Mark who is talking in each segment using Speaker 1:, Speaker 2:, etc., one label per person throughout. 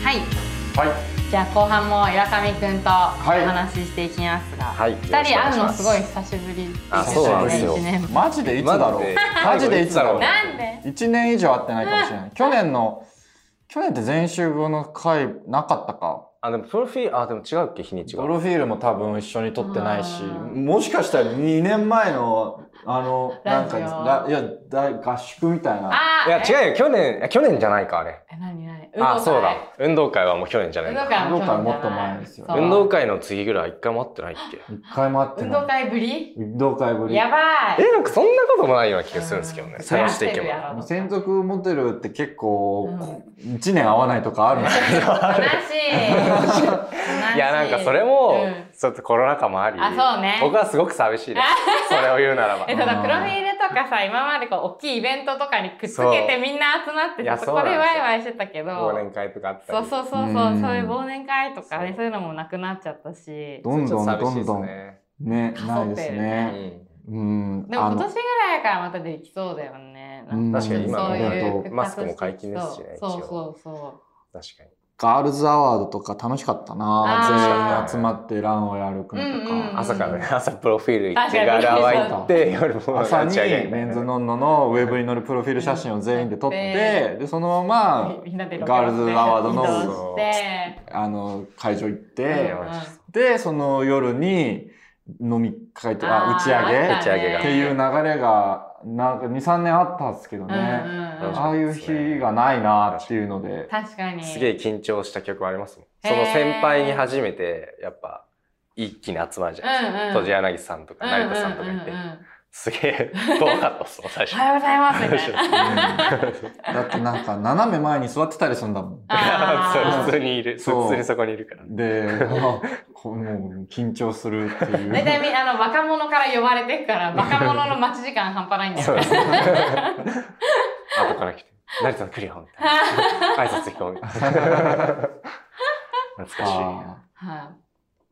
Speaker 1: はい
Speaker 2: じゃあ後半も浦上くんとお
Speaker 1: い
Speaker 2: 話ししていきますが、
Speaker 3: はい
Speaker 2: 2人会うのすごい久しぶり
Speaker 3: あそうなんですよ
Speaker 2: 1年
Speaker 1: マジでいつだろうマ
Speaker 3: マ
Speaker 1: ジ
Speaker 3: ジ
Speaker 1: で
Speaker 3: で
Speaker 1: いつだろう
Speaker 2: なんで
Speaker 1: 1年以上会ってないかもしれない去年の去年って前週分の回なかったか
Speaker 3: あ、でもプロフィール、あ、でも違うっけ日にちが
Speaker 1: プ。ロフィールも多分一緒に撮ってないし
Speaker 2: あー
Speaker 1: もしかしたら2年前のあのなんか
Speaker 2: ラジオ
Speaker 1: らいやだ合宿みたいな
Speaker 2: あ
Speaker 3: いや、
Speaker 2: う
Speaker 3: 違うよ。去年、いや去年じゃないか、あれ。
Speaker 2: え何何
Speaker 3: あ、そうだ。運動会はもう去年じゃな
Speaker 2: 運
Speaker 3: い
Speaker 2: 動
Speaker 3: か。
Speaker 2: 会
Speaker 1: 運動会もっと前ですよ
Speaker 2: そう
Speaker 3: 運動会の次ぐらい一回も会ってないっけ
Speaker 1: 一回も会って
Speaker 2: 運
Speaker 1: な
Speaker 2: 動
Speaker 1: い
Speaker 2: 会ぶり
Speaker 1: 運動会ぶり
Speaker 2: やばい
Speaker 3: え、なんかそんなこともないような気がするんですけどね。
Speaker 2: うん
Speaker 3: 探していけば。
Speaker 1: 専属モデルって結構1年会わないとかあるんですよ
Speaker 2: 悲しい悲し
Speaker 3: いや、なんかそれも
Speaker 2: うん、
Speaker 3: ちょっとコロナ禍もあり、
Speaker 2: あそうね
Speaker 3: 僕はすごく寂しいで す。それを言うならば
Speaker 2: え。ただプロフィールとかさ今までこう大きいイベントとかにくっつけて
Speaker 3: そう
Speaker 2: みんな集まってて
Speaker 3: いや
Speaker 2: そ
Speaker 3: そう
Speaker 2: こ
Speaker 3: なん
Speaker 2: で
Speaker 3: ですよ
Speaker 2: ワイワイしてたけど
Speaker 3: 忘年会とかあったり。
Speaker 2: そうそうそうそう
Speaker 1: うん
Speaker 2: そういう忘年会とかね
Speaker 3: そう
Speaker 2: そういうのもなくなっちゃったし
Speaker 1: どんどんどんどん
Speaker 3: ね。
Speaker 2: 誘っ
Speaker 1: ね
Speaker 2: てる
Speaker 1: ないです
Speaker 3: う
Speaker 1: ね
Speaker 3: ん
Speaker 1: うん
Speaker 2: でも
Speaker 1: あ
Speaker 2: 今
Speaker 1: の
Speaker 2: 年ぐらいからまたできそうだよね
Speaker 1: うん
Speaker 2: なん
Speaker 3: 確かに今
Speaker 2: そういう
Speaker 1: イベン
Speaker 3: トマスクも解禁ですしね
Speaker 2: そう
Speaker 3: 一
Speaker 2: そ
Speaker 3: 応
Speaker 2: うそ
Speaker 3: 確かに。
Speaker 1: ガールズアワードとか楽しかった
Speaker 2: あ
Speaker 1: な
Speaker 2: ー
Speaker 1: 全員集まってランをやるくんと
Speaker 2: うんうん
Speaker 1: か
Speaker 3: 朝からね、朝プロフィール行っ
Speaker 2: 確か
Speaker 3: て、
Speaker 2: に
Speaker 3: ガラワ行って、夜も
Speaker 1: 朝に
Speaker 3: 上
Speaker 1: メンズノンノのウェブに載るプロフィール写真を全員で撮ってでその
Speaker 2: う、
Speaker 1: まま
Speaker 2: みんなで
Speaker 1: ガールズアワードの
Speaker 2: 移動して
Speaker 1: あの会場行っ
Speaker 2: うん
Speaker 1: て
Speaker 2: うん
Speaker 1: でその夜に飲み会とか
Speaker 2: あー
Speaker 1: 打ち上
Speaker 2: あ
Speaker 1: げ
Speaker 2: た
Speaker 3: 打ち上げが
Speaker 1: っていう流れがなんか23年あったんですけど
Speaker 2: うんうん
Speaker 1: ね
Speaker 2: うん
Speaker 1: ああいう日がないなっていうので
Speaker 2: 確かに
Speaker 3: すげえ緊張した曲ありますもん。
Speaker 2: へー
Speaker 3: その先輩に初めて、やっぱ、一気に集まるじゃないです
Speaker 2: うんう
Speaker 3: か。
Speaker 2: ん
Speaker 3: とじ柳さんとか、成田さんとかいて、すげえ遠かったっすもん、最
Speaker 2: お
Speaker 3: 初。
Speaker 2: はようございますみ たいな
Speaker 1: うんだってなんか斜め前に座ってたりするんだもん。
Speaker 2: あー
Speaker 3: そう普通にいる。
Speaker 1: そう
Speaker 3: 普通にそこにいるから。
Speaker 1: で、 あこうもう緊張するっていう。
Speaker 2: 大体みあの若者から呼ばれてるから若者の待ち時間半端ないんだ
Speaker 3: そ
Speaker 2: よ
Speaker 3: う
Speaker 2: ね
Speaker 3: です後から来て、成田さん来るよ、みたいな。挨拶行こう、み たいな。懐かしい。
Speaker 1: あ
Speaker 2: は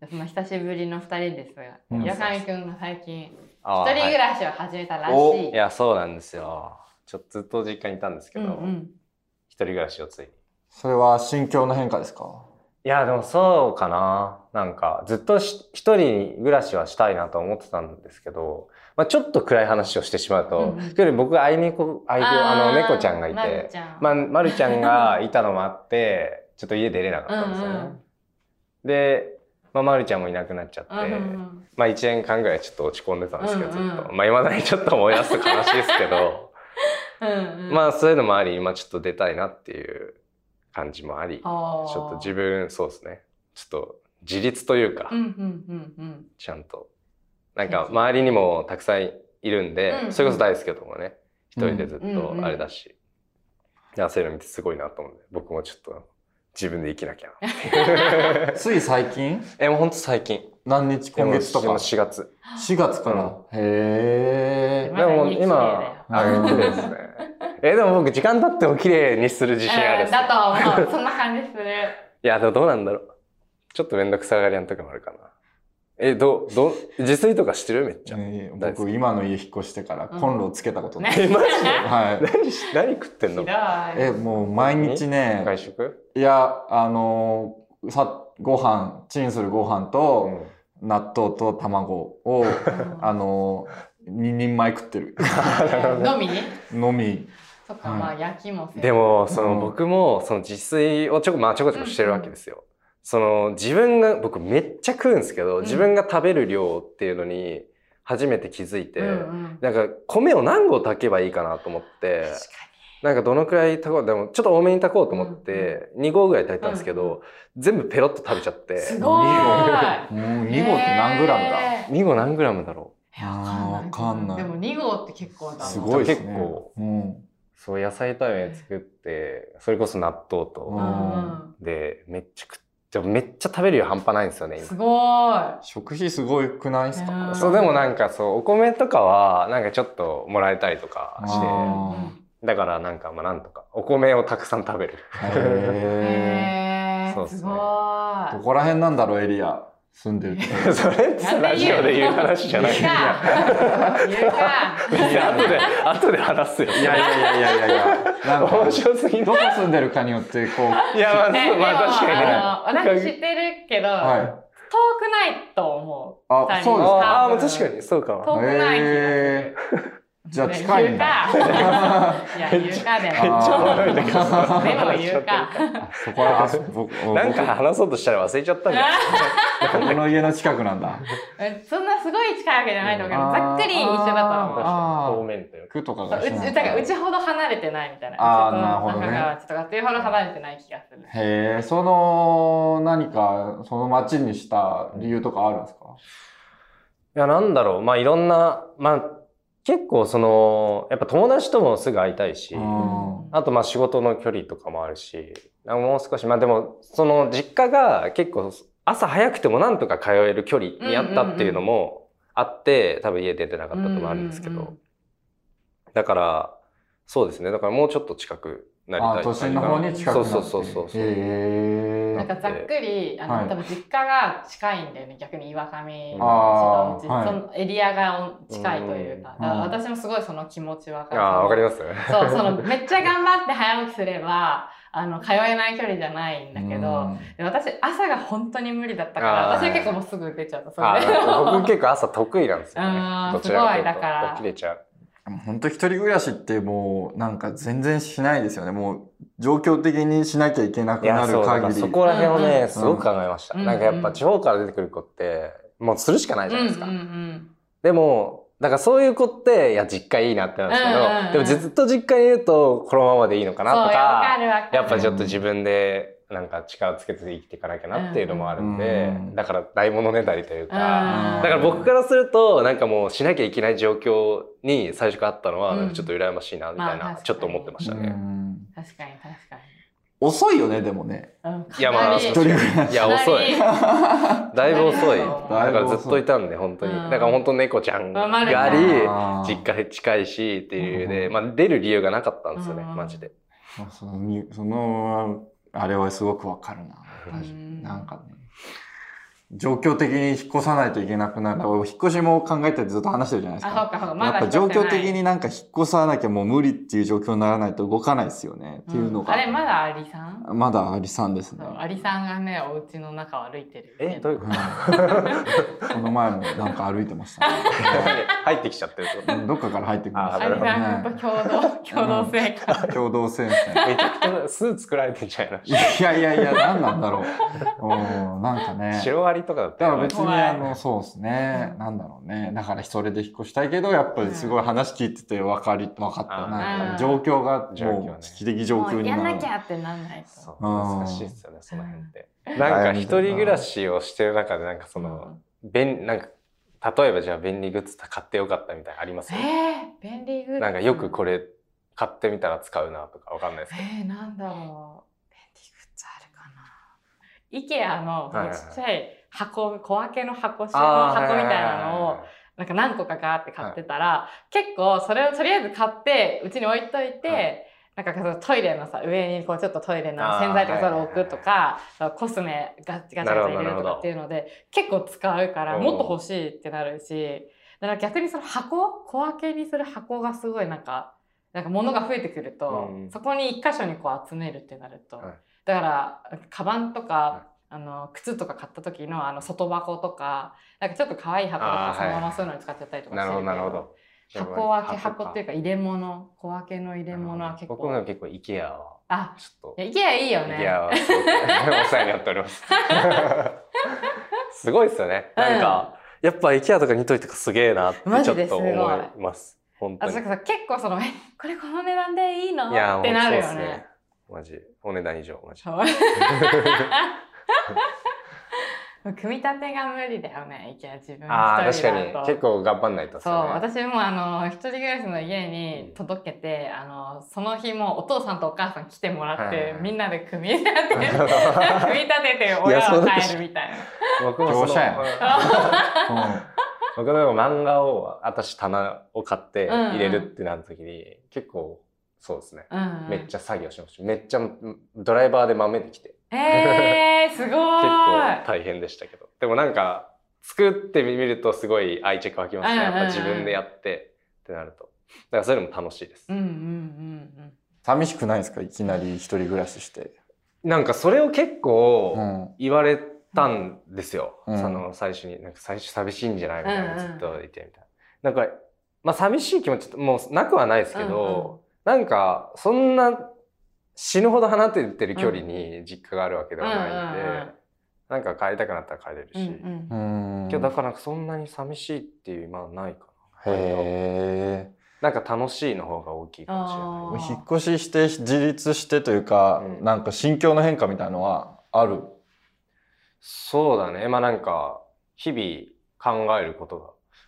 Speaker 2: い、その久しぶりの2人ですが、
Speaker 1: うん
Speaker 2: 浦上くんが最近一
Speaker 3: あ
Speaker 2: 人
Speaker 3: ーはい
Speaker 2: 暮らしを始めたらしい。
Speaker 3: おいや、そうなんですよ。ちょっとずっと実家にいたんですけ
Speaker 2: う
Speaker 3: ど、
Speaker 2: んうん、
Speaker 3: 一人暮らしをついに。
Speaker 1: それは心境の変化ですか
Speaker 3: いや、でもそうかな。なんか、ずっとし一人暮らしはしたいなと思ってたんですけど、まあ、ちょっと暗い話をしてしまうと、
Speaker 2: うんうん
Speaker 3: 去年僕が愛猫、愛猫、あの、猫ちゃんがい
Speaker 2: まる
Speaker 3: て、
Speaker 2: ちゃん
Speaker 3: まあ、まるちゃんがいたのもあって、ちょっと家出れなかったんですよね。
Speaker 2: うんうん
Speaker 3: で、まあ、まるちゃんもいなくなっちゃって、
Speaker 2: うんうん
Speaker 3: まあ1年間ぐらいちょっと落ち込んでたんですけど、
Speaker 2: うんうん
Speaker 3: ずっと。まあ未だにちょっと思い出すと悲しいですけど、
Speaker 2: うんうん
Speaker 3: まあそういうのもあり、今ちょっと出たいなっていう感じもあり、ちょ
Speaker 2: あー
Speaker 3: っと自分、そうですね。ちょっと自立というか、
Speaker 2: うんうんうんうん
Speaker 3: ちゃんと。なんか周りにもたくさんいるんで、
Speaker 2: うんうん
Speaker 3: それこそ大輔ともね、一人でずっ
Speaker 2: うんうん
Speaker 3: とあれだし、いやそういうの見てすごいなと思うんで、僕もちょっと自分で生きなきゃ なっていう
Speaker 1: つい最近
Speaker 3: え、もうほんと最近。
Speaker 1: 何日今月とか
Speaker 3: もう4月。
Speaker 1: 4月から。へ
Speaker 2: ま
Speaker 1: え。
Speaker 3: で
Speaker 2: だ
Speaker 3: も
Speaker 2: 家綺麗だよ
Speaker 3: 今、あ
Speaker 1: うん
Speaker 3: 綺 麗ですね。え、でも僕時間経っても綺麗にする自信あ
Speaker 2: う
Speaker 3: るっ
Speaker 2: ん
Speaker 3: す。
Speaker 2: だ
Speaker 3: い
Speaker 2: とは思うそんな感じする
Speaker 3: や、でもどうなんだろう。ちょっとめんどくさがり屋の時もあるかな。え、どう、どう、自炊とかしてるめっちゃ。
Speaker 1: ね
Speaker 3: 大好
Speaker 1: 僕
Speaker 3: き
Speaker 1: 今の家引っ越してからコンロをつけたことない。
Speaker 3: え、マジで
Speaker 1: はい。
Speaker 3: 何し、何食ってん
Speaker 2: ひど
Speaker 3: の
Speaker 2: い
Speaker 1: え、もう毎日ね、
Speaker 3: 外食
Speaker 1: いや、あのーさ、ご飯、チンするご飯
Speaker 3: う
Speaker 1: と、
Speaker 3: ん。
Speaker 1: 納豆と卵を、あのー、2人前食ってる。
Speaker 2: の み
Speaker 1: のみ。
Speaker 2: そっか、
Speaker 1: はい
Speaker 2: まあ焼きもせん
Speaker 3: でも、その、
Speaker 1: うん
Speaker 3: 僕も、その自炊をちょこ、まあちょこちょこしてるわけですよ。その、自分が、僕めっちゃ食うんですけど、
Speaker 2: ん
Speaker 3: 自分が食べる量っていうのに、初めて気づいて、
Speaker 2: うんうん、
Speaker 3: なんか米を何合炊けばいいかなと思って
Speaker 2: 確か
Speaker 3: なんかどのくらい炊こうでもちょっと多めに炊こうと思って2合ぐらい炊いたんですけ
Speaker 2: うんう
Speaker 3: ど全部ペロッと食べちゃって
Speaker 2: にすごい
Speaker 1: もう2合って何グラムだ
Speaker 2: えー
Speaker 3: 2合何グラムだろ
Speaker 2: いやわかんない。
Speaker 1: あーわかんない
Speaker 2: でも二号って結構だな。
Speaker 1: すごいですね。
Speaker 3: 結構
Speaker 1: うん。
Speaker 3: うそう野菜炒め作ってそれこそ納豆
Speaker 2: う
Speaker 3: と
Speaker 2: ん
Speaker 3: でめっちゃ食っでもめっちゃ食べる量半端ないんですよね
Speaker 2: うん。
Speaker 3: 今
Speaker 2: すごい。
Speaker 1: 食費すごくないです
Speaker 2: うん
Speaker 1: か
Speaker 3: そうでもなんかそうお米とかはなんかちょっともらえたりとかし
Speaker 1: あ
Speaker 3: て
Speaker 1: ー
Speaker 3: だからなんかまあなんとかお米をたくさん食べる
Speaker 1: へ
Speaker 2: へ
Speaker 3: そう
Speaker 2: ー
Speaker 3: っす
Speaker 2: す
Speaker 3: ね
Speaker 2: ご
Speaker 1: ーど
Speaker 2: い。
Speaker 1: こら辺なんだろう、エリア。住んでるって。
Speaker 3: それってラジオで言う話じゃない
Speaker 2: 言うか言うか
Speaker 3: いや後で後で話すよ
Speaker 1: いやいやいやいやい や、なんか、
Speaker 3: 面
Speaker 1: ど
Speaker 3: 白すぎる
Speaker 1: こ住んでるかによって、こう、
Speaker 3: いやまあ、
Speaker 2: ね、
Speaker 3: そうまあ確かにね
Speaker 2: あの私知ってるけど、
Speaker 1: は
Speaker 2: 遠くないと思う。
Speaker 1: あそうです
Speaker 3: ああ
Speaker 2: 多
Speaker 3: もう
Speaker 2: 分
Speaker 3: 確かにそうかも
Speaker 2: 遠くない気がする。
Speaker 1: へじゃあ近いんだ。
Speaker 2: 言うか。いや、言うかで
Speaker 3: めっち
Speaker 2: も。
Speaker 3: ゃおもろいんだけどさ
Speaker 2: でも言うか。
Speaker 1: そこは、あ僕、
Speaker 3: なんか話そうとしたら忘れちゃったんだよ
Speaker 1: 僕僕の家の近くなんだ。
Speaker 2: うんそんなすごい近いわけじゃないと思うけ
Speaker 1: あ
Speaker 2: ど、
Speaker 1: ー
Speaker 2: ざっくり一緒だと思
Speaker 3: 確
Speaker 2: う。
Speaker 1: あ
Speaker 3: か
Speaker 1: ー
Speaker 3: に当面というか
Speaker 1: 区とか
Speaker 2: そ
Speaker 1: が
Speaker 2: うう
Speaker 1: 一緒なん
Speaker 2: ちだからうちほど離れてないみたいな。う
Speaker 1: あー
Speaker 2: ちと
Speaker 1: なるほどね
Speaker 2: 中川ちとかっていうほど離れてない気がする。
Speaker 1: へえ、その、何か、その町にした理由とかあるんですか
Speaker 3: いやなんだろうまあいろんなまあ結構そのやっぱ友達ともすぐ会いたいし、
Speaker 1: うん
Speaker 3: あとまあ仕事の距離とかもあるし、あもう少し、まあでも、その実家が結構朝早くてもなんとか通える距離にあったっていうのもあって、多分家出てなかったともあるんですけど、
Speaker 2: うんうんうん
Speaker 3: だから、そうですね、だからもうちょっと近くなりたい
Speaker 1: あ、都心の方に近くなって。
Speaker 3: そうそうそうそう。
Speaker 1: へ
Speaker 2: なん
Speaker 1: え。
Speaker 2: かざっくり、あの、
Speaker 1: はい
Speaker 2: 多分実家が近いんだよね、逆に岩上
Speaker 1: あー
Speaker 2: のうち、
Speaker 1: はい
Speaker 2: そのエリアが近いというか、
Speaker 1: うん
Speaker 2: だから私もすごいその気持ちわか
Speaker 3: あ
Speaker 2: る。
Speaker 3: あ、わかります
Speaker 2: そう、そのめっちゃ頑張って早起きすれば、あの、通えない距離じゃないんだけど、で私、朝が本当に無理だったから、
Speaker 3: あー
Speaker 2: 私は結構もうすぐ出ちゃった、そ
Speaker 3: あ
Speaker 2: れで。
Speaker 3: ー僕結構朝得意なんですよ
Speaker 2: あー
Speaker 3: ね。どちらかという
Speaker 2: すごいだから
Speaker 3: と。起きれちゃう。
Speaker 1: うん。本当一人暮らしってもう、なんか全然しないですよね。もう、状況的にしなきゃいけなく
Speaker 3: いや
Speaker 1: な
Speaker 3: そうだ
Speaker 1: る
Speaker 3: から
Speaker 1: 限り。
Speaker 3: そこら辺を
Speaker 2: うん
Speaker 3: ね、
Speaker 2: うん
Speaker 3: すごく考えました、
Speaker 2: うんうん
Speaker 3: なんかやっぱ地方から出てくる子ってもうするしかないじゃないですか、
Speaker 2: うんうん
Speaker 3: でもだからそういう子っていや実家いいなってなるんですけど、
Speaker 2: うんうんうん
Speaker 3: でもずっと実家にいるとこのままでいいのか
Speaker 2: うん。
Speaker 3: なとか
Speaker 2: そう、わかるわかる。
Speaker 3: やっぱちょっと自分でなんか力をつけて生きていかなきゃなっていうのもあるんで、
Speaker 1: うんうん
Speaker 3: だから大物ねだりというか、
Speaker 1: うん
Speaker 3: だから僕からするとなんかもうしなきゃいけない状況に最初からあったのはなんかちょっと羨ましいなみた
Speaker 2: まあ
Speaker 3: いな、
Speaker 2: 確かに
Speaker 3: ちょっと思ってました
Speaker 1: う
Speaker 3: ね。
Speaker 1: ん
Speaker 2: 確かに確か
Speaker 1: 遅いよね、でもね。
Speaker 2: に。うん
Speaker 3: いやまあ
Speaker 1: 一
Speaker 3: そう
Speaker 1: 人暮らし
Speaker 3: い。や遅い。だいぶ遅い。
Speaker 2: だ
Speaker 3: だ
Speaker 2: いぶ遅い
Speaker 3: からずっといたんで、本当に。
Speaker 2: うん
Speaker 3: だから本当猫ちゃんが
Speaker 2: まあま
Speaker 3: あ
Speaker 2: あ
Speaker 3: り、
Speaker 1: あー
Speaker 3: 実家で近いしっていう理由で、
Speaker 1: うん
Speaker 3: まあ出る理由がなかったんですよね、
Speaker 2: うん
Speaker 3: マジで。
Speaker 1: あそのにそのあれはすごくわかるな。確か
Speaker 2: う
Speaker 1: に
Speaker 2: ん
Speaker 1: なんかね。状況的に引っ越さないといけなくなる。引っ越しも考えてずっと話してるじゃないです
Speaker 2: あ、そ
Speaker 1: か。
Speaker 2: うかそうか。ま
Speaker 1: やっ
Speaker 2: だ
Speaker 1: ぱ
Speaker 2: 引っ越し
Speaker 1: 状
Speaker 2: てない
Speaker 1: 況的になんか引っ越さなきゃもう無理っていう状況にならないと動かないですよね。っていうのが。
Speaker 2: んあれ、まだアリさん
Speaker 1: まだアリさんで
Speaker 2: そ
Speaker 1: すね。
Speaker 2: う、アリさんがね、お家の中を歩いてる。
Speaker 3: え、どういうこ
Speaker 1: うん
Speaker 3: と
Speaker 1: この前もなんか歩いてました、ね。
Speaker 3: 入ってきちゃってるってこ
Speaker 1: う
Speaker 3: と
Speaker 1: んどっかから入ってくるん
Speaker 3: あ
Speaker 2: ア
Speaker 3: なる
Speaker 2: リ
Speaker 3: ほど
Speaker 2: さんと共同、
Speaker 1: で
Speaker 2: 共同生 活。
Speaker 1: すよね。共同戦線。
Speaker 3: めちゃくちゃスーツ作られてんじゃない
Speaker 1: いやいやいや、何なんだろう。うん、なんか
Speaker 3: の
Speaker 1: ね。
Speaker 3: 白アリとかだった
Speaker 1: だ
Speaker 3: ら
Speaker 1: から別に
Speaker 2: 怖い
Speaker 1: あのそうですね、
Speaker 2: うん
Speaker 1: なんだろうねだからそれで引っ越したいけどやっぱりすごい話聞いてて分かり分かった
Speaker 3: あー
Speaker 1: なんか状況が
Speaker 3: 状況ね
Speaker 1: もう危機的状況に
Speaker 2: やん
Speaker 1: な
Speaker 2: な
Speaker 1: る
Speaker 2: きゃってなんない
Speaker 3: そ
Speaker 2: と。
Speaker 3: う、難しいですよね、その辺って。なんか一人暮らしをしてる中で、なんかその、便、なんか、例えばじゃあ便利グッズ買ってよかったみたいなのあります
Speaker 2: えー、便利グッズ。
Speaker 3: なんかよくこれ買ってみたら使うなとかわかんないですけど。
Speaker 2: えー、なんだろう。便利グッズあるかな。イケアの
Speaker 3: はいはいはい
Speaker 2: ちっちゃい箱、小分けの箱、収納箱みたいなのを、なんか何個かガーって買ってたら、結構それをとりあえず買って、うちに置いといて、
Speaker 3: は
Speaker 2: なんかそのトイレのさ、上にこうちょっとトイレの
Speaker 3: あー
Speaker 2: 洗剤とかそれ
Speaker 3: はいはいはい
Speaker 2: 置くとか、コスメガチガチガチ入れるとかっていうので、結構使うから
Speaker 3: うん
Speaker 2: もっと欲しいってなるし、だから逆にその箱、小分けにする箱がすごいなんか、なんか物が増えてくると、
Speaker 3: うん
Speaker 2: そこに一箇所にこう集めるってなると、
Speaker 3: はい
Speaker 2: だから、カバンとか、
Speaker 3: は
Speaker 2: あの靴とか買った時のあの外箱とかなんかちょっと可愛い箱とか
Speaker 3: あー
Speaker 2: そのま
Speaker 3: は
Speaker 2: ま
Speaker 3: い
Speaker 2: そういうのに使っちゃったりとか
Speaker 3: なるほど、なるほど。
Speaker 2: 箱分け箱っていう
Speaker 3: か
Speaker 2: か入れ物小分けの入れ物は結
Speaker 3: 僕も
Speaker 2: 構
Speaker 3: 結構 IKEA は
Speaker 2: あ
Speaker 3: ちょっ
Speaker 2: い
Speaker 3: と
Speaker 2: や IKEA いいよ
Speaker 3: IKEA
Speaker 2: ね
Speaker 3: はすごく お世話になっております。すごいですよね。なんか、やっぱ IKEA とかにといてすげえなって
Speaker 2: マ
Speaker 3: ち
Speaker 2: ジ
Speaker 3: ょ
Speaker 2: で
Speaker 3: っ
Speaker 2: す
Speaker 3: と
Speaker 2: ご
Speaker 3: 思
Speaker 2: い
Speaker 3: います。本当
Speaker 2: あ
Speaker 3: に。
Speaker 2: そうかそう結構そのえこれこの値段でいいの
Speaker 3: いや、
Speaker 2: っ
Speaker 3: もう
Speaker 2: てな
Speaker 3: そう
Speaker 2: る
Speaker 3: で
Speaker 2: よ
Speaker 3: す
Speaker 2: ね
Speaker 3: ね。マジ。お値段以上、マジ。
Speaker 2: そう 組み立てが無理だよね IKEA 自分
Speaker 3: ああ、
Speaker 2: 一
Speaker 3: 確
Speaker 2: 人
Speaker 3: か
Speaker 2: だ
Speaker 3: に
Speaker 2: と。
Speaker 3: 結構頑張んないとっす
Speaker 2: そう
Speaker 3: よね。
Speaker 2: 私もあの一人暮らしの家に届けて、あのその日もお父さんとお母さん来てもらって、
Speaker 3: はいはい
Speaker 2: みんなで組み立て組 み立てて
Speaker 3: いや
Speaker 2: 親
Speaker 3: そう
Speaker 2: を
Speaker 3: だし
Speaker 2: 帰るみたいな
Speaker 3: 僕 もその
Speaker 1: 業者やん
Speaker 3: 僕の漫画を私棚を買って
Speaker 2: うんうん
Speaker 3: 入れるってなるときに、結構そうですね、
Speaker 2: うんうん
Speaker 3: めっちゃ作業しましためっちゃドライバーで豆できて
Speaker 2: えー、すごい
Speaker 3: 結構大変でしたけどでもなんか、作ってみるとすごい愛着湧きますね。やっぱ自分でやってってなると。だからそういうのも楽しいです
Speaker 2: うん。うんうん
Speaker 1: 寂しくないですかいきなり一人暮らしして。
Speaker 3: なんかそれを結構、
Speaker 1: うん。
Speaker 3: 言われたんですよ、
Speaker 1: うん
Speaker 3: その最初になんか最初寂しいんじゃないみたいな、
Speaker 2: うんうん
Speaker 3: ずっと言ってみたいななんかまあ寂しい気持ちってもうなくはないですけど、なんかそんな死ぬほど離れてる距離に実家があるわけではないんで、
Speaker 2: うんうんうん
Speaker 3: なんか帰りたくなったら帰れるし、
Speaker 2: うんうん
Speaker 1: う。ん。
Speaker 3: けどだからそんなに寂しいっていう今はないか
Speaker 1: へえ。
Speaker 3: ななんか楽しいの方が大きいかもしれ
Speaker 2: あ
Speaker 3: な
Speaker 2: ー
Speaker 3: い
Speaker 1: 引っ越しして自立してというか、
Speaker 3: うん
Speaker 1: なんか心境の変化みたいのは ある。
Speaker 3: そうだね。まあなんか、日々考えること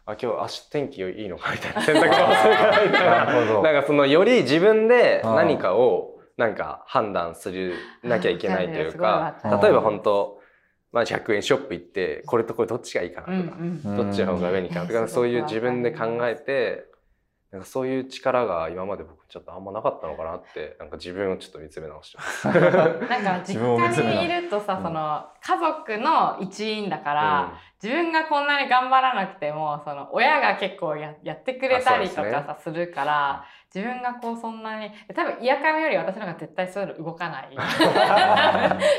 Speaker 3: が、あ、今日、明日天気いいのかみた いな選択をするからみたいな。
Speaker 1: なるほど
Speaker 3: なんかその、より自分で
Speaker 1: あー
Speaker 3: 何かを、なんか判断する、なきゃいけないというか、
Speaker 1: あーわかるすごいわかる
Speaker 3: 例えば本当、まあ100円ショップ行って、これとこれどっちがいいか
Speaker 2: うん
Speaker 3: な とか、
Speaker 2: うん
Speaker 3: どっちの方が上に行くかなと
Speaker 2: う
Speaker 3: か、
Speaker 2: ん
Speaker 3: そういう自分で考えて、なんかそういう力が今まで僕ちょっとあんまなかったのかなって、なんか自分をちょっと見つめ直してます。
Speaker 2: なんか
Speaker 1: 自
Speaker 2: 実
Speaker 1: 分を見つめな
Speaker 2: 家にいるとさ、
Speaker 1: うん
Speaker 2: その家族の一員だから、自分がこんなに頑張らなくてもその親が結構ややってくれたりとかさす,、るから自分がこうそんなに多分嫌かみより私の方が絶対そういうの動かない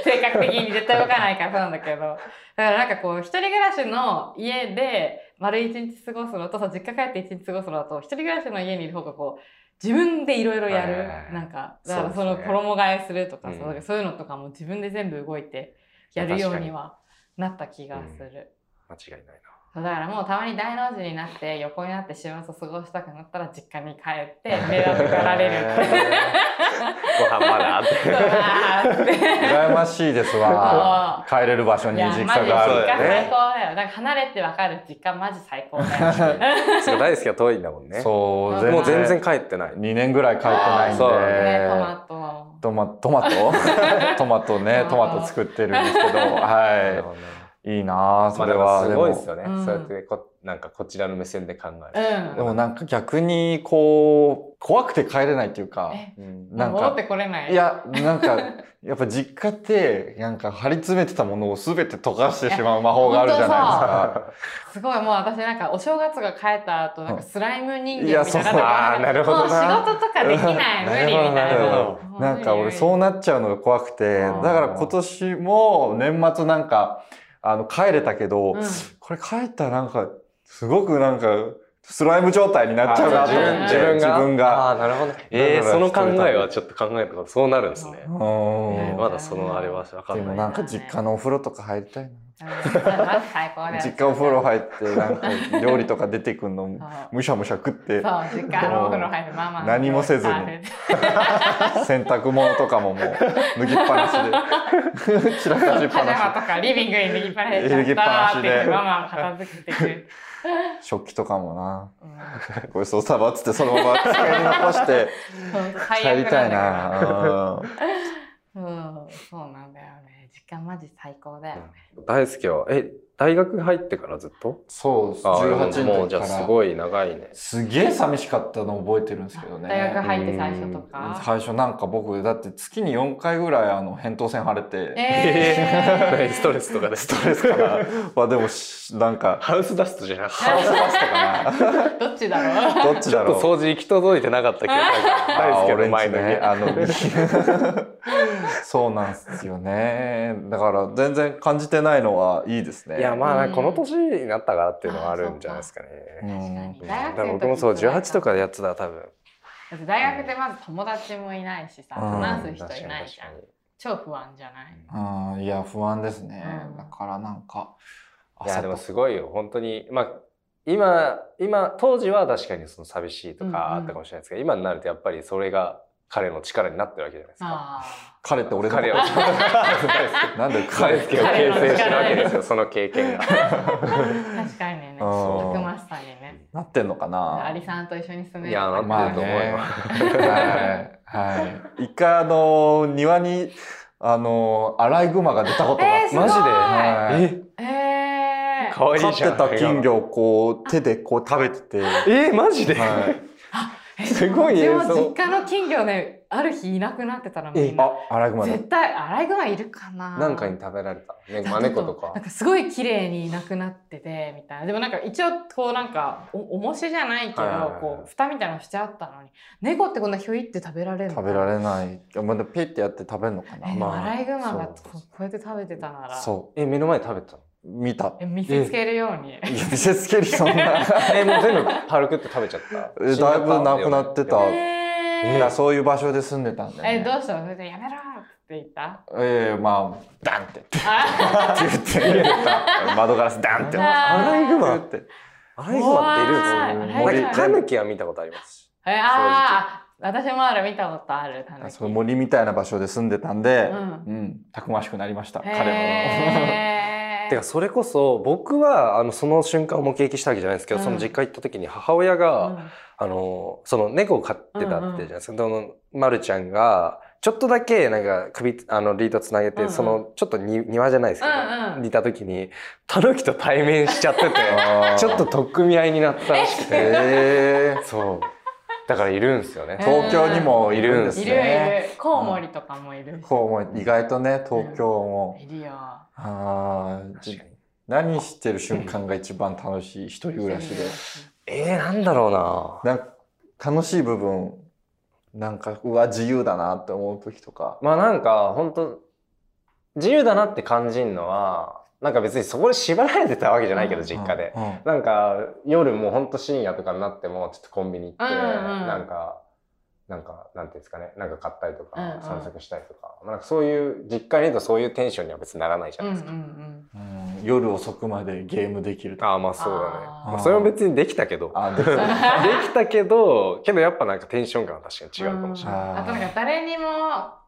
Speaker 2: 性格的に絶対動かないからそうなんだけどだからなんかこう一人暮らしの家で丸一日過ごすのとさ実家帰って一日過ごすのだと一人暮らしの家にいる方がこう自分でいろいろや
Speaker 3: はいはいは
Speaker 2: る
Speaker 3: い
Speaker 2: なんかだからそ
Speaker 3: そう
Speaker 2: の
Speaker 3: ですね
Speaker 2: 衣替えするとかそう
Speaker 3: うん
Speaker 2: そういうのとかも自分で全部動いてやるようにはなった気がする。
Speaker 3: 間違いないな。
Speaker 2: そうだからもうたまに大の字になって横になって週末を過ごしたくなったら実家に帰って目立てられる。
Speaker 3: ご飯まだって。
Speaker 2: そうだーって
Speaker 1: 羨ましいですわ。帰れる場所
Speaker 2: い
Speaker 1: に
Speaker 2: や
Speaker 1: 実家
Speaker 2: マジ実
Speaker 1: があ
Speaker 3: そう
Speaker 1: る
Speaker 2: 家
Speaker 1: っ
Speaker 3: だよ
Speaker 2: 最
Speaker 3: ね
Speaker 2: 高だよ。なんか離れてわかる実家マジ最高だよ。
Speaker 3: そう大好きは遠いんだもん
Speaker 1: て。
Speaker 3: ね。
Speaker 1: そう、
Speaker 2: う
Speaker 3: もう全然帰ってない。
Speaker 1: 2年ぐらい帰ってないん
Speaker 3: そうだ
Speaker 2: ねト
Speaker 1: で。
Speaker 2: マト。
Speaker 1: トマトマト トマトね、トマト作ってるんですけど、は
Speaker 3: ま
Speaker 1: い。いいなあそ
Speaker 3: あ
Speaker 1: れ
Speaker 3: で
Speaker 1: は。
Speaker 3: もすごいですよね。
Speaker 2: で
Speaker 3: そ
Speaker 2: も
Speaker 3: うやってこなんかこちらの目線で考
Speaker 2: う
Speaker 3: え
Speaker 1: で
Speaker 2: ん。
Speaker 1: もなんか逆に、こう、怖くて帰れないっていうか、
Speaker 2: え、
Speaker 3: る。うん
Speaker 1: なん
Speaker 2: 戻っ
Speaker 1: か
Speaker 2: て、これない。
Speaker 1: いや、なんか、 やっぱ実家って、なんか張り詰めてたものを全て溶かしてしまう魔法があるじゃな
Speaker 2: すごいもう私なんかお正月が帰った後なんかスライム人
Speaker 1: い
Speaker 2: 間
Speaker 1: や
Speaker 2: みたいな
Speaker 1: そう
Speaker 3: あーなるほどな
Speaker 2: もう仕事とかできない無理みたい
Speaker 1: なる
Speaker 2: な
Speaker 1: ほいですか。なんか俺 そうなっちゃうのが怖くて、だ
Speaker 3: うん
Speaker 1: から今年も年末なんか、あの、帰れたけど、
Speaker 2: うん
Speaker 1: これ帰ったらなんか、すごくなんか、スライム状態になっちゃうなと
Speaker 2: あ
Speaker 1: 思って、
Speaker 2: 自分
Speaker 1: 自分が。
Speaker 3: あーなるほど。
Speaker 1: え
Speaker 3: え
Speaker 1: ー
Speaker 3: その考
Speaker 1: その考え
Speaker 3: え
Speaker 1: は
Speaker 3: はちょっと考えたことそうなるんですね。
Speaker 1: う
Speaker 2: うん
Speaker 1: ん
Speaker 3: まだそのあれはわか
Speaker 1: で
Speaker 3: ん
Speaker 1: も
Speaker 3: な。
Speaker 1: ないんか実家のお風呂とか入りたいな。
Speaker 2: うんまず最高だよ。
Speaker 1: 実家お風呂入って、なんか料理とか出てくんの、 むしゃむしゃ食って。
Speaker 2: そう、実家のお風呂入るママの
Speaker 1: 何もせずに
Speaker 2: あれ
Speaker 1: 洗濯物とかももう脱ぎっぱなしで 散らかしっ
Speaker 2: パジャ
Speaker 1: ぱな
Speaker 2: マとかリビングに脱ぎっぱなしで
Speaker 1: 脱ぎっぱなしで
Speaker 2: やったーってママが片付けてくれる。
Speaker 1: し食器とかもな
Speaker 2: うん
Speaker 1: ごちそうさまっつってそのまま机に残して
Speaker 2: ほんと
Speaker 1: 帰
Speaker 2: 最悪
Speaker 1: り
Speaker 2: んだけど
Speaker 1: たい。な
Speaker 2: うん、そうなんだよね。実家マジ最高だよね。
Speaker 3: 大好きは、え、大学入ってからずっと
Speaker 1: そう
Speaker 3: あー
Speaker 1: 18の
Speaker 3: もうじ
Speaker 1: 時か
Speaker 3: ゃあ
Speaker 1: ら
Speaker 3: す
Speaker 1: す
Speaker 3: ごい長いね。
Speaker 1: げえ寂しかったの覚えてるんですけどね
Speaker 2: 大学入って最初とか。
Speaker 1: 最初なんか僕だって月に4回ぐらいあの扁桃腺腫れて
Speaker 2: えー、
Speaker 3: ストレスとかで。
Speaker 1: ストレスかなまあでもしなんか
Speaker 3: ハウスダストじゃなくて。
Speaker 1: ハウスバスとか
Speaker 2: どっちだろう。
Speaker 1: などっち
Speaker 3: ちょ
Speaker 1: だ
Speaker 3: っ
Speaker 1: ろ
Speaker 3: と
Speaker 1: う
Speaker 3: 掃除行き届いてなかったけど、大好きの前の家。
Speaker 1: あ俺んちねあの そうなんですよねだから全然感じてないのはいいですね
Speaker 3: いやまあな
Speaker 2: うん
Speaker 3: この年になったからっていうのはあるんじゃないですかね。
Speaker 1: う
Speaker 3: うん
Speaker 1: ん
Speaker 2: 確
Speaker 3: だ
Speaker 2: 大学生の時
Speaker 3: から僕もそう
Speaker 2: 辛いか
Speaker 3: 18とかでやってたら多分。
Speaker 2: だって大学でまず友達もいないしさ、
Speaker 1: うん
Speaker 2: 話す人いないじゃん。超不安じゃない。
Speaker 1: うんいや不安ですね、
Speaker 2: うん
Speaker 1: だからなんか
Speaker 3: いやでも
Speaker 1: 朝と
Speaker 3: すごいよ本当にまあ今今当時は確かにその寂しいとかあったかもしれないですけど、今になるとやっぱりそれが彼の力になってるわけじゃないですか。
Speaker 2: あ
Speaker 1: 彼って俺の
Speaker 3: 彼を
Speaker 1: なんで
Speaker 3: 彼を
Speaker 1: 彼っ
Speaker 3: 形
Speaker 1: て
Speaker 2: 彼の力
Speaker 3: 成してるわけですよその経験が。
Speaker 2: あ、確かにね。た
Speaker 1: うん
Speaker 2: くましさにね。
Speaker 1: なってんのかな
Speaker 2: アリさんと一緒に住める。
Speaker 3: いやな
Speaker 1: ま
Speaker 3: ってる
Speaker 1: あ
Speaker 3: と思う
Speaker 1: ね
Speaker 3: よ。
Speaker 1: はい、はい、一回あの庭にあのアライグマが出たことがあ
Speaker 2: えー
Speaker 1: って
Speaker 2: すごいマジで
Speaker 1: はい
Speaker 3: え
Speaker 2: えー、
Speaker 3: 可愛
Speaker 1: 飼
Speaker 3: い
Speaker 1: っ
Speaker 3: じゃ
Speaker 1: て
Speaker 3: ん。
Speaker 1: た金魚をこう手でこう食べてて
Speaker 3: えーマジで。
Speaker 1: はい
Speaker 2: え
Speaker 3: すごい映像
Speaker 2: うちも実家の金魚ね、ある日いなくなってたのみんな。
Speaker 1: あ、アライグマだ。
Speaker 2: 絶対、アライグマいるかな
Speaker 3: なんかに食べられた。ね、
Speaker 2: だ
Speaker 3: 真
Speaker 2: けど
Speaker 3: 猫とか
Speaker 2: なん。かすごい綺麗にいなくなってて、みたいな。でもなんか一応、こうなんか、お、重しじゃないけ
Speaker 3: はいはいはい
Speaker 2: ど、こう、蓋みたいなのしちゃったのに、猫ってこんなひょいって食べられるの
Speaker 1: 食べら
Speaker 2: れ
Speaker 1: れない。まだピッてやって食べるのかな。
Speaker 2: え、
Speaker 3: まあ
Speaker 2: アライグマが
Speaker 1: そう
Speaker 2: ここうやって食べてたなら、
Speaker 1: そ
Speaker 3: え、目の前で食べてたの
Speaker 1: う。見た。
Speaker 2: え見せつけるように。
Speaker 1: いや見せつけるそん な。
Speaker 3: え、もう全部パルクって食べちゃった。
Speaker 1: えだいぶなくなってた
Speaker 3: え
Speaker 1: みん
Speaker 2: え
Speaker 1: なそういう場所で住んでたんだ
Speaker 2: え、
Speaker 1: よ、ね。
Speaker 2: どうしたのそれでやめろって言 った
Speaker 1: ええまあ、ダンってって
Speaker 2: あ
Speaker 1: 言って、窓ガラスダンって。
Speaker 3: アライグマ
Speaker 1: って。
Speaker 3: アライグマっているんです
Speaker 1: 怖い
Speaker 3: よ。なんかタヌキは見たことありますし。
Speaker 2: えあー私もある見たことあるタヌキ
Speaker 1: その森みたいな場所で住んでたんで、
Speaker 2: う
Speaker 1: うん、たくましくなりました、彼も。
Speaker 2: へー
Speaker 3: てかそれこそ僕はあのその瞬間を目撃したわけじゃないんですけど、
Speaker 2: うん
Speaker 3: その実家行った時に母親が、
Speaker 2: うん
Speaker 3: あのその猫を飼ってたってじゃないですか、そのまるちゃんがちょっとだけなんか首あのリードつなげ
Speaker 2: う
Speaker 3: て、
Speaker 2: んうん
Speaker 3: そのちょっとに庭じゃないですけど、
Speaker 2: うんうん
Speaker 3: いた時にタヌキと対面しち ゃってて
Speaker 1: あー
Speaker 3: ちょっと取っ組み合いになったらしくて
Speaker 1: えー、
Speaker 3: そうだからいるんですよね。
Speaker 2: えー
Speaker 1: 東京にもいるんです
Speaker 2: いるい
Speaker 1: ね。
Speaker 2: るコウモリとかもいるし
Speaker 1: こうも意外とね東京も、
Speaker 2: いるよ
Speaker 1: あー
Speaker 3: 確
Speaker 1: じ
Speaker 3: かに
Speaker 1: 何してる瞬間が一番楽しい一人暮らしで
Speaker 3: えー、なんだろうな。
Speaker 1: なんか楽しい部分なんかうわ自由だなって思う時とか
Speaker 3: まあなんか本当自由だなって感じるのはなんか別にそこで縛られてたわけじゃないけど
Speaker 2: うん
Speaker 3: 実家で、
Speaker 1: うんうん
Speaker 3: なんか夜もうほんと深夜とかになってもちょっとコンビニ行って、
Speaker 2: うんうん
Speaker 3: なんかなんかなんていうんですかねなんか買ったりとか、
Speaker 2: うんうん
Speaker 3: 散策したりとかなんかそういう実家にいるとそういうテンションには別にならないじゃ
Speaker 2: うんうんう
Speaker 3: ないですか、
Speaker 2: ん
Speaker 1: うん夜遅くまでゲームできるとか
Speaker 3: ああまあそうだね
Speaker 2: あ
Speaker 1: ー
Speaker 3: まあそれも別にできたけど で
Speaker 1: あでき
Speaker 3: きた
Speaker 1: た
Speaker 3: けどけどやっぱなんかテンション感は確かに違うかもしれない、
Speaker 1: ない
Speaker 2: うんあとなんか誰にも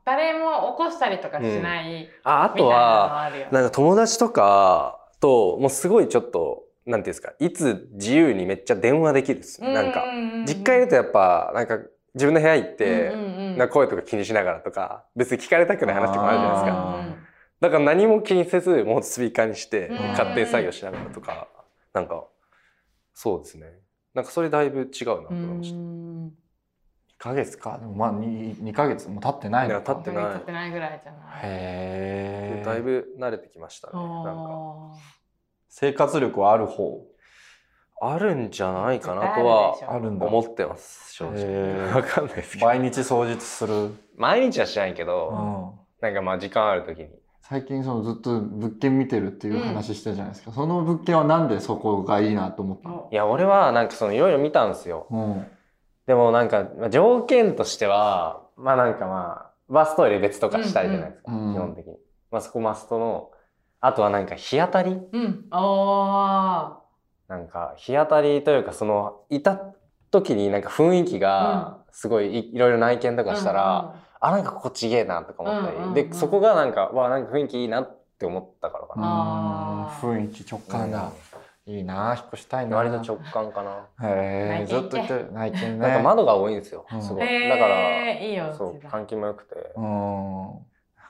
Speaker 2: 誰も起こしたりとかしないみ
Speaker 3: ああ
Speaker 2: たいな
Speaker 3: と
Speaker 2: の
Speaker 3: は
Speaker 2: はあるよ
Speaker 3: なんか友達とかと、もうすごいちょっと、なんていうんですか、いつ自由にめっちゃ電話できるっすね。なんか、実家いるとやっぱ、なんか自分の部屋行って、なんか声とか気にしながらとか、別に聞かれたくない話とかもあるじゃないです
Speaker 1: あ
Speaker 3: か。
Speaker 1: ー
Speaker 3: だから何も気にせず、もうスピーカーにして
Speaker 2: うん、
Speaker 3: 勝手に作業しながらとか、なんか、そうですね。なんかそれだいぶ違うなと
Speaker 2: うんうんうん
Speaker 3: 思いました。
Speaker 2: うん
Speaker 1: 2ヶ月かでもまあ 2, 2ヶ月も経ってないの
Speaker 3: いや経
Speaker 1: か
Speaker 3: っ
Speaker 2: 本
Speaker 3: て
Speaker 2: 当
Speaker 3: ない
Speaker 2: に立ってないぐらいじゃない
Speaker 1: へえ
Speaker 3: だいぶ慣れてきましたね。
Speaker 2: お
Speaker 3: なんか、
Speaker 2: ー
Speaker 1: 生活力はある方
Speaker 3: あるんじゃないかなとは
Speaker 2: 絶対
Speaker 1: あるんだ
Speaker 3: 思ってます、正
Speaker 1: へ
Speaker 3: 直。
Speaker 1: ー
Speaker 3: わかんないですけど。
Speaker 1: 毎日掃除する、
Speaker 3: 毎日はしないけど、
Speaker 1: うん、
Speaker 3: なんかまあ時間ある時に。
Speaker 1: 最近そのずっと物件見てるっていう話したじゃないですか、その物件はなんでそこがいいなと思ったの、
Speaker 2: お
Speaker 3: いや、俺はなんかそのいろいろ見たんですよ。
Speaker 1: うん、
Speaker 3: でもなんか、まあ条件としては、まあなんかまあ、バストイレ別とかしたいじゃないですか、
Speaker 1: うんうん
Speaker 3: 基本的に。まあそこマストの、あとはなんか日当たり
Speaker 2: うんあ
Speaker 3: なんか日当たりというかその、いた時になんか雰囲気が、すごいいいろいろ内見と
Speaker 2: ー
Speaker 3: かしたら、あ、なんかここちげえなとか思ったり、
Speaker 2: うんうんうん
Speaker 3: で、そこがなんか、わあ、なんか雰囲気いいなって思ったからか
Speaker 1: う
Speaker 3: な。
Speaker 1: ん
Speaker 2: あー
Speaker 1: 雰囲気直感だ、いいなあ引っ越したい
Speaker 3: うん
Speaker 1: な
Speaker 3: 割と直感かな。
Speaker 1: へえず
Speaker 2: 内見
Speaker 1: っと言ってる内見ね
Speaker 3: なんか窓が多いんですよ、
Speaker 1: うん
Speaker 3: す
Speaker 2: うん
Speaker 3: ごい。だから、
Speaker 2: へーいいよ
Speaker 3: そう
Speaker 2: うちだ
Speaker 3: 換気も良くて
Speaker 1: うんなん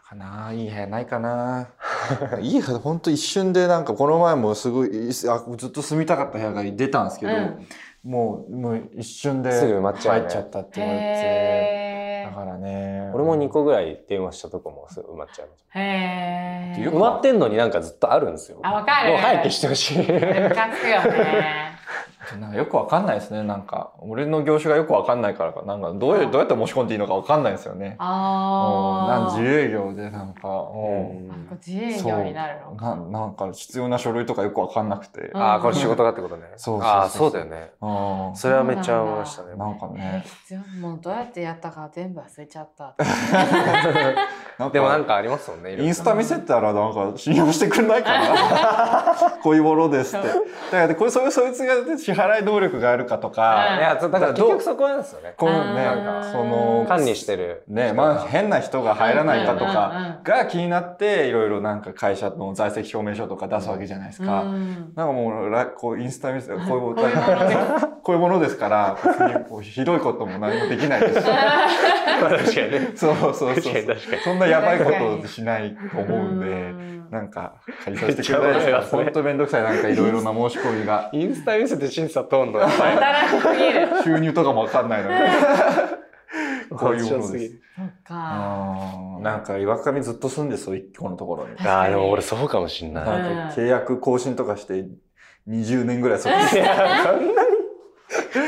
Speaker 1: かなあいい部屋ないかな いい部屋ほんと一瞬でなんかこの前もすごいいいあずっと住みたかった部屋が出たんですけど、
Speaker 2: うん
Speaker 1: もうもう一瞬です
Speaker 3: ぐ埋まっちゃう
Speaker 1: 入
Speaker 3: よね
Speaker 1: っちゃったって言われて
Speaker 2: へ
Speaker 1: だからね
Speaker 3: 俺も2個ぐらい電話したとこもすぐ埋まっちゃう
Speaker 2: ーへ
Speaker 1: よ
Speaker 2: ー
Speaker 1: く
Speaker 3: 埋まってんのになんかずっとあるんですよ
Speaker 2: あわかる
Speaker 3: もう早くしてほしい
Speaker 2: ムカつくよね
Speaker 1: なんかよくわかんないですね。なんか、俺の業種がよくわかんないからか、なんかどうや、
Speaker 2: あ
Speaker 1: どうやって申し込んでいいのかわかんないですよね。うんなん
Speaker 2: あ
Speaker 1: 自
Speaker 2: ー
Speaker 1: 営業でなんか、
Speaker 3: う
Speaker 1: うん
Speaker 2: あ自営業になるのか
Speaker 1: ななんか必要な書類とかよくわかんなくて。
Speaker 3: ああこれ仕事だってことね
Speaker 1: そうそうそうそう
Speaker 3: ああそうだよね
Speaker 1: うん
Speaker 3: それはめっちゃ思いましたね
Speaker 1: なんか
Speaker 2: えー
Speaker 1: ね。
Speaker 2: 必要もうどうやってやったか全部忘れちゃった
Speaker 1: なん
Speaker 3: でもなん
Speaker 1: か、
Speaker 3: かありますもんねいろいろ
Speaker 1: インスタ見せたらなんか信用してくんないか な。こういうものですって。だからで、これ、それそいつが支払い能力があるかと
Speaker 3: い
Speaker 1: か、
Speaker 3: やそうだから結局そこなんですよね
Speaker 1: こうね、
Speaker 2: あー
Speaker 1: その、
Speaker 3: 管理してる
Speaker 1: ねまあ、変な人が入らないかと
Speaker 2: うんうんうんう
Speaker 1: か
Speaker 2: ん
Speaker 1: が気になっていろいろなんか会社の在籍表明書とか出すわけじゃないですか。
Speaker 2: うん
Speaker 1: なんかもうらこうインスタ見せこういう も
Speaker 2: こういうものです
Speaker 1: のこういうものですから別にこうひどいことも何もできないですし
Speaker 3: 確かにね
Speaker 1: そうそうそう
Speaker 3: 確
Speaker 1: そ
Speaker 3: かに確かに
Speaker 1: んなやばいことしないと思うんで
Speaker 2: ん
Speaker 1: なんか解消してくれないです
Speaker 3: めっちゃ思いま
Speaker 1: か
Speaker 3: すね
Speaker 1: 本当めんどくさいなんかいろいろな申し込みが
Speaker 3: インスタ見見せて審査通んのやっぱ り
Speaker 2: 働きすぎる。
Speaker 1: 収入とかもわかんないのに。こういうもの
Speaker 3: 強
Speaker 1: です
Speaker 3: ぎ
Speaker 1: す
Speaker 3: る。
Speaker 2: そっか。
Speaker 1: あーなんか岩上ずっと住んでそう一個のところに。
Speaker 2: 確かに
Speaker 3: ああ、でも俺そうかもしんない。
Speaker 1: なんか契約更新とかして20年ぐら いそっち
Speaker 3: いや、そんなに。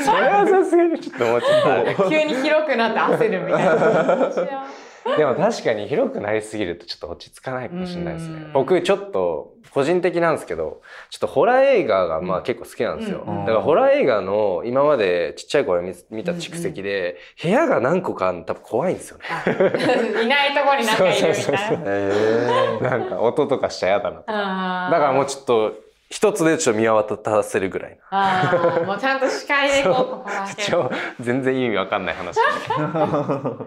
Speaker 3: それはさすがにちょっと思っちゃっ
Speaker 2: 急に広くなって焦るみたいな。知らん
Speaker 3: た。でも確かに広くなりすぎるとちょっと落ち着かないかもしれないです
Speaker 2: う
Speaker 3: ね
Speaker 2: ん。
Speaker 3: 僕ちょっと個人的なんですけど、ちょっとホラー映画がまあ結構好きなんですよ。
Speaker 2: うん
Speaker 1: うん
Speaker 3: だからホラー映画の今までちっちゃい頃に見見た蓄積で、部屋が何個かあるの多分怖いんです よね。
Speaker 2: いないとこになんかいるみ
Speaker 3: そうそう
Speaker 2: た
Speaker 3: そ
Speaker 2: いう
Speaker 1: え
Speaker 3: なんか音とかしちゃ嫌だな。だ
Speaker 2: な。
Speaker 3: からもう
Speaker 2: ち
Speaker 3: ちょっと一つでちょっと見渡せるぐらいな。
Speaker 2: ょもうちゃんと視界でこう
Speaker 3: そう
Speaker 2: ここだ け。
Speaker 3: 超全然意味わかんない話。
Speaker 1: ー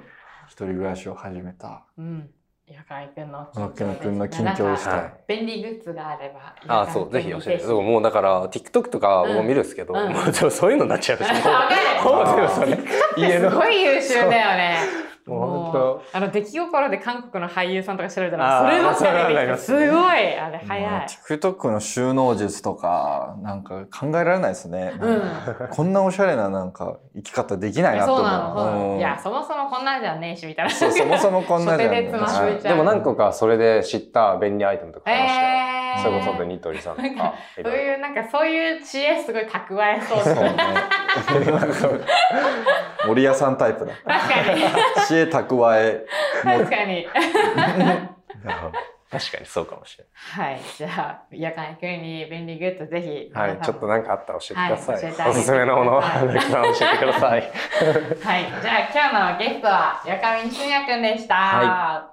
Speaker 1: 一人暮らしを始めた。
Speaker 2: うん。岩上くんの
Speaker 1: 岩上くんの
Speaker 2: です
Speaker 1: 近
Speaker 2: ね
Speaker 1: 況をし
Speaker 2: なんか
Speaker 1: たい
Speaker 3: は。
Speaker 2: 便利グッズがあれば。
Speaker 3: ああそうぜひ教えて
Speaker 2: わ
Speaker 3: そうもうだから TikTok とかもう見るんですけど、
Speaker 2: うん
Speaker 3: もうでもそういうのになっちゃう でしょ
Speaker 2: かる。
Speaker 3: もうもうでもそれ家
Speaker 2: す
Speaker 3: の
Speaker 2: ごい優秀だよね。
Speaker 3: そう もう本
Speaker 2: あの出来心で韓国の俳優さんとか調べたら
Speaker 3: あー
Speaker 2: そればっかり出てきてす
Speaker 3: そう
Speaker 2: ご
Speaker 3: ないり
Speaker 2: あれ早
Speaker 1: ま
Speaker 2: い
Speaker 1: あ。TikTok の収納術とかなんか考えられないですね、
Speaker 2: うん。
Speaker 1: こんなおしゃれななんか生き方できないなと
Speaker 2: そう
Speaker 1: 思
Speaker 2: なのそうな
Speaker 1: う
Speaker 2: の。
Speaker 1: ん
Speaker 2: いやそもそもこんなんじゃねえしみたいな。
Speaker 1: そうそもそもこんなじゃん
Speaker 2: 初手でつまず
Speaker 1: はい
Speaker 2: ちゃう
Speaker 3: でも何個かそれで知った便利アイテムとか買いましたよ、
Speaker 2: えー
Speaker 3: それこそ本当にニトリさんとか
Speaker 2: なんかそ
Speaker 3: い
Speaker 2: う
Speaker 3: ろい
Speaker 2: いうなんかそういう知恵すごい蓄えそう
Speaker 1: そ
Speaker 2: です
Speaker 1: う
Speaker 2: ね。
Speaker 1: ね森屋さんタイプだ
Speaker 2: 確かに
Speaker 1: 知恵蓄え
Speaker 2: 確かに。
Speaker 3: ろ確かにそうかもしれ
Speaker 2: はいじゃあ夜間急に便利グッズぜひ
Speaker 3: ない、はい、ちょっと何かあったら教えてくださ
Speaker 2: はい
Speaker 3: い、
Speaker 2: 教えてあげてください
Speaker 3: おすすめのものは荒木さん教えてください
Speaker 2: はいじゃあ今日のゲストは夜間純也くんでした。
Speaker 3: は